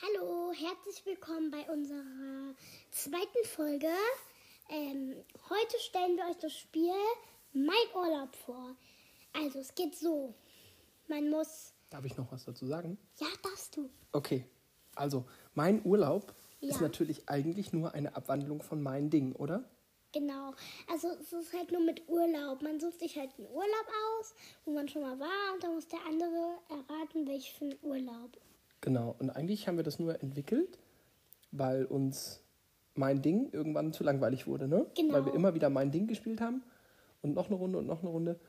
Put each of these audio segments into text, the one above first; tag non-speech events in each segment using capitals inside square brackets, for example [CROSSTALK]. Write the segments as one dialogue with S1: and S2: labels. S1: Hallo, herzlich willkommen bei unserer zweiten Folge. Ähm, heute stellen wir euch das Spiel Mein Urlaub vor. Also, es geht so. Man muss.
S2: Darf ich noch was dazu sagen?
S1: Ja, darfst du.
S2: Okay, also mein Urlaub
S1: Ja.
S2: ist natürlich eigentlich nur eine Abwandlung von mein Ding, oder?
S1: Genau. Also, es ist halt nur mit Urlaub. Man sucht sich halt einen Urlaub aus, wo man schon mal war, und dann muss der andere erraten, welchen Urlaub.
S2: Genau, und eigentlich haben wir das nur entwickelt, weil uns mein Ding irgendwann zu langweilig wurde, ne?
S1: Genau.
S2: Weil wir immer wieder mein Ding gespielt haben und noch eine Runde und noch eine Runde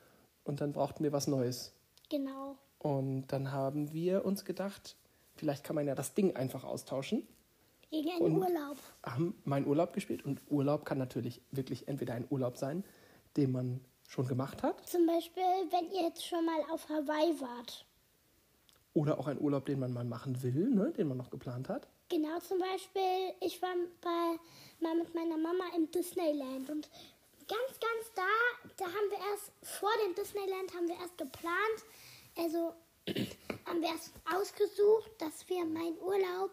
S2: und dann brauchten wir was Neues.
S1: Genau.
S2: Und dann haben wir uns gedacht, vielleicht kann man ja das Ding einfach austauschen.
S1: Gegen einen
S2: Und-
S1: Urlaub.
S2: haben meinen Urlaub gespielt und Urlaub kann natürlich wirklich entweder ein Urlaub sein, den man schon gemacht hat,
S1: Zum Beispiel, wenn ihr jetzt schon mal auf Hawaii wart.
S2: oder auch ein Urlaub, den man mal machen will, ne, den man noch geplant hat.
S1: Genau, zum Beispiel, ich war bei, mal mit meiner Mama im Disneyland und ganz, ganz da, da haben wir erst, vor dem Disneyland haben wir erst geplant, also [CLEARS THROAT] haben wir erst ausgesucht, dass wir meinen Urlaub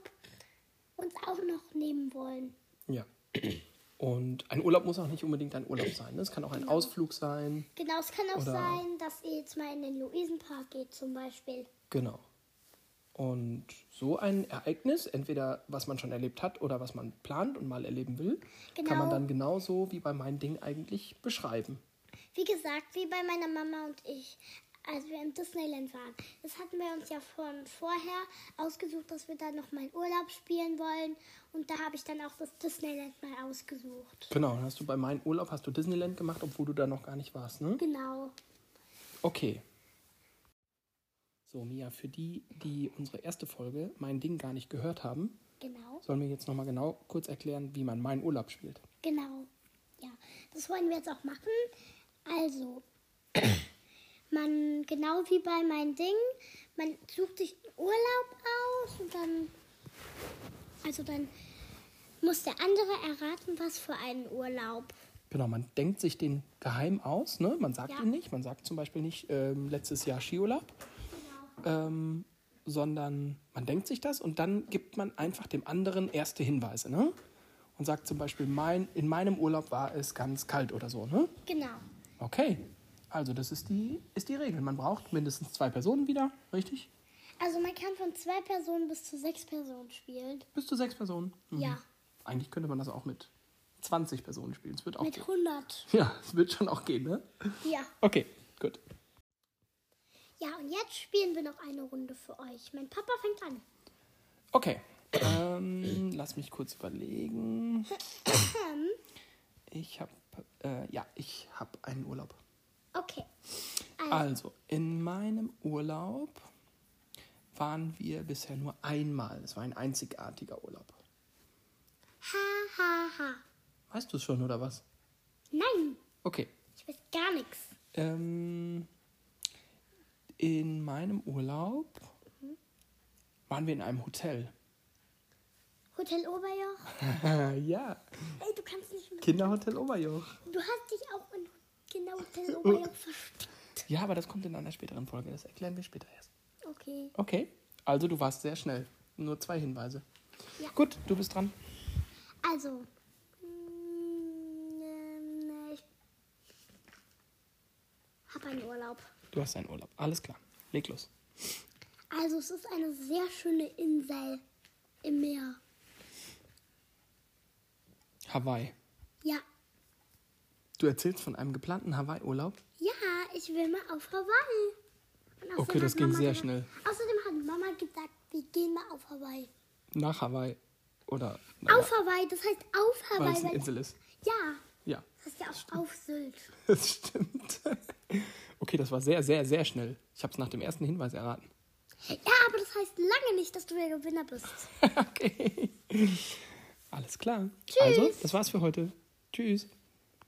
S1: uns auch noch nehmen wollen.
S2: Ja. Und ein Urlaub muss auch nicht unbedingt ein Urlaub sein. ne? Es kann auch ein Ausflug sein.
S1: Genau, es kann auch
S2: Oder-
S1: sein, dass ihr jetzt mal in den Luisenpark geht zum Beispiel.
S2: Genau. Und so ein Ereignis, entweder was man schon erlebt hat oder was man plant und mal erleben will, kann
S1: Genau.
S2: man dann genauso wie bei meinem Ding eigentlich beschreiben.
S1: Wie gesagt, wie bei meiner Mama und ich, als wir im Disneyland waren. Das hatten wir uns ja von vorher ausgesucht, dass wir da noch mal einen Urlaub spielen wollen. Und da habe ich dann auch das Disneyland mal ausgesucht.
S2: Genau, dann hast du bei meinem Urlaub hast du Disneyland gemacht, obwohl du da noch gar nicht warst, ne?
S1: Genau.
S2: Okay. So, Mia, für die, die unsere erste Folge mein Ding gar nicht gehört haben,
S1: Genau.
S2: sollen wir jetzt nochmal genau kurz erklären, wie man meinen Urlaub spielt.
S1: Genau. Ja, das wollen wir jetzt auch machen. Also, [COUGHS] man, genau wie bei meinem Ding, man sucht sich einen Urlaub aus und dann, also dann muss der andere erraten, was für einen Urlaub.
S2: Genau, man denkt sich den geheim aus, ne? Man sagt
S1: Ja.
S2: ihn nicht, man sagt zum Beispiel nicht ähm, letztes Jahr Skiurlaub,
S1: Genau.
S2: ähm, sondern man denkt sich das und dann gibt man einfach dem anderen erste Hinweise, ne? Und sagt zum Beispiel, mein, in meinem Urlaub war es ganz kalt oder so, ne?
S1: Genau.
S2: Okay, also das ist die, ist die Regel. Man braucht mindestens zwei Personen wieder, richtig?
S1: Also man kann von zwei Personen bis zu sechs Personen spielen.
S2: Bis zu sechs Personen. Mhm.
S1: Ja.
S2: Eigentlich könnte man das auch mit 20 Personen spielen. Es wird auch
S1: Mit
S2: gehen.
S1: 100.
S2: Ja, es wird schon auch gehen, ne?
S1: Ja.
S2: Okay, gut.
S1: Ja, und jetzt spielen wir noch eine Runde für euch. Mein Papa fängt an.
S2: Okay, ähm, lass mich kurz überlegen.
S1: Hm.
S2: Ich habe, äh, ja, ich habe einen Urlaub.
S1: Okay. Also,
S2: Also, in meinem Urlaub waren wir bisher nur einmal. Es war ein einzigartiger Urlaub.
S1: ha, ha, ha.
S2: Weißt du es schon, oder was?
S1: Nein,
S2: Okay.
S1: ich weiß gar nichts.
S2: Ähm, in meinem Urlaub waren wir in einem Hotel.
S1: Hotel Oberjoch.
S2: Äh, ja,
S1: Ey, du kannst nicht mehr.
S2: Kinderhotel Oberjoch.
S1: Du hast dich auch in genau Hotel Oberjoch versteckt.
S2: Ja, aber das kommt in einer späteren Folge. Das erklären wir später erst.
S1: Okay.
S2: Okay, also du warst sehr schnell. Nur zwei Hinweise.
S1: Ja.
S2: Gut, du bist dran.
S1: Also. mm, ähm, Ich hab einen Urlaub.
S2: Du hast einen Urlaub. Alles klar. Leg los.
S1: Also es ist eine sehr schöne Insel im Meer.
S2: Hawaii.
S1: Ja,
S2: Du erzählst von einem geplanten Hawaii-Urlaub.
S1: ja, ich will mal auf Hawaii. Und
S2: Okay,
S1: außerdem
S2: das
S1: hat
S2: ging
S1: Mama
S2: sehr
S1: gesagt-
S2: schnell.
S1: Außerdem hat Mama gesagt, wir gehen mal auf Hawaii.
S2: Nach Hawaii. Oder.
S1: Auf Hawaii, das heißt auf
S2: weil
S1: Hawaii.
S2: es eine
S1: weil-
S2: Insel ist.
S1: Ja,
S2: [LAUGHS] Ja,
S1: das ist ja auch auf Sylt.
S2: das stimmt. Okay, das war sehr, sehr, sehr schnell. Ich habe es nach dem ersten Hinweis erraten. [LAUGHS]
S1: Ja, aber das heißt lange nicht, dass du der Gewinner bist.
S2: okay. Alles klar. Also, das war's für heute. Tschüss.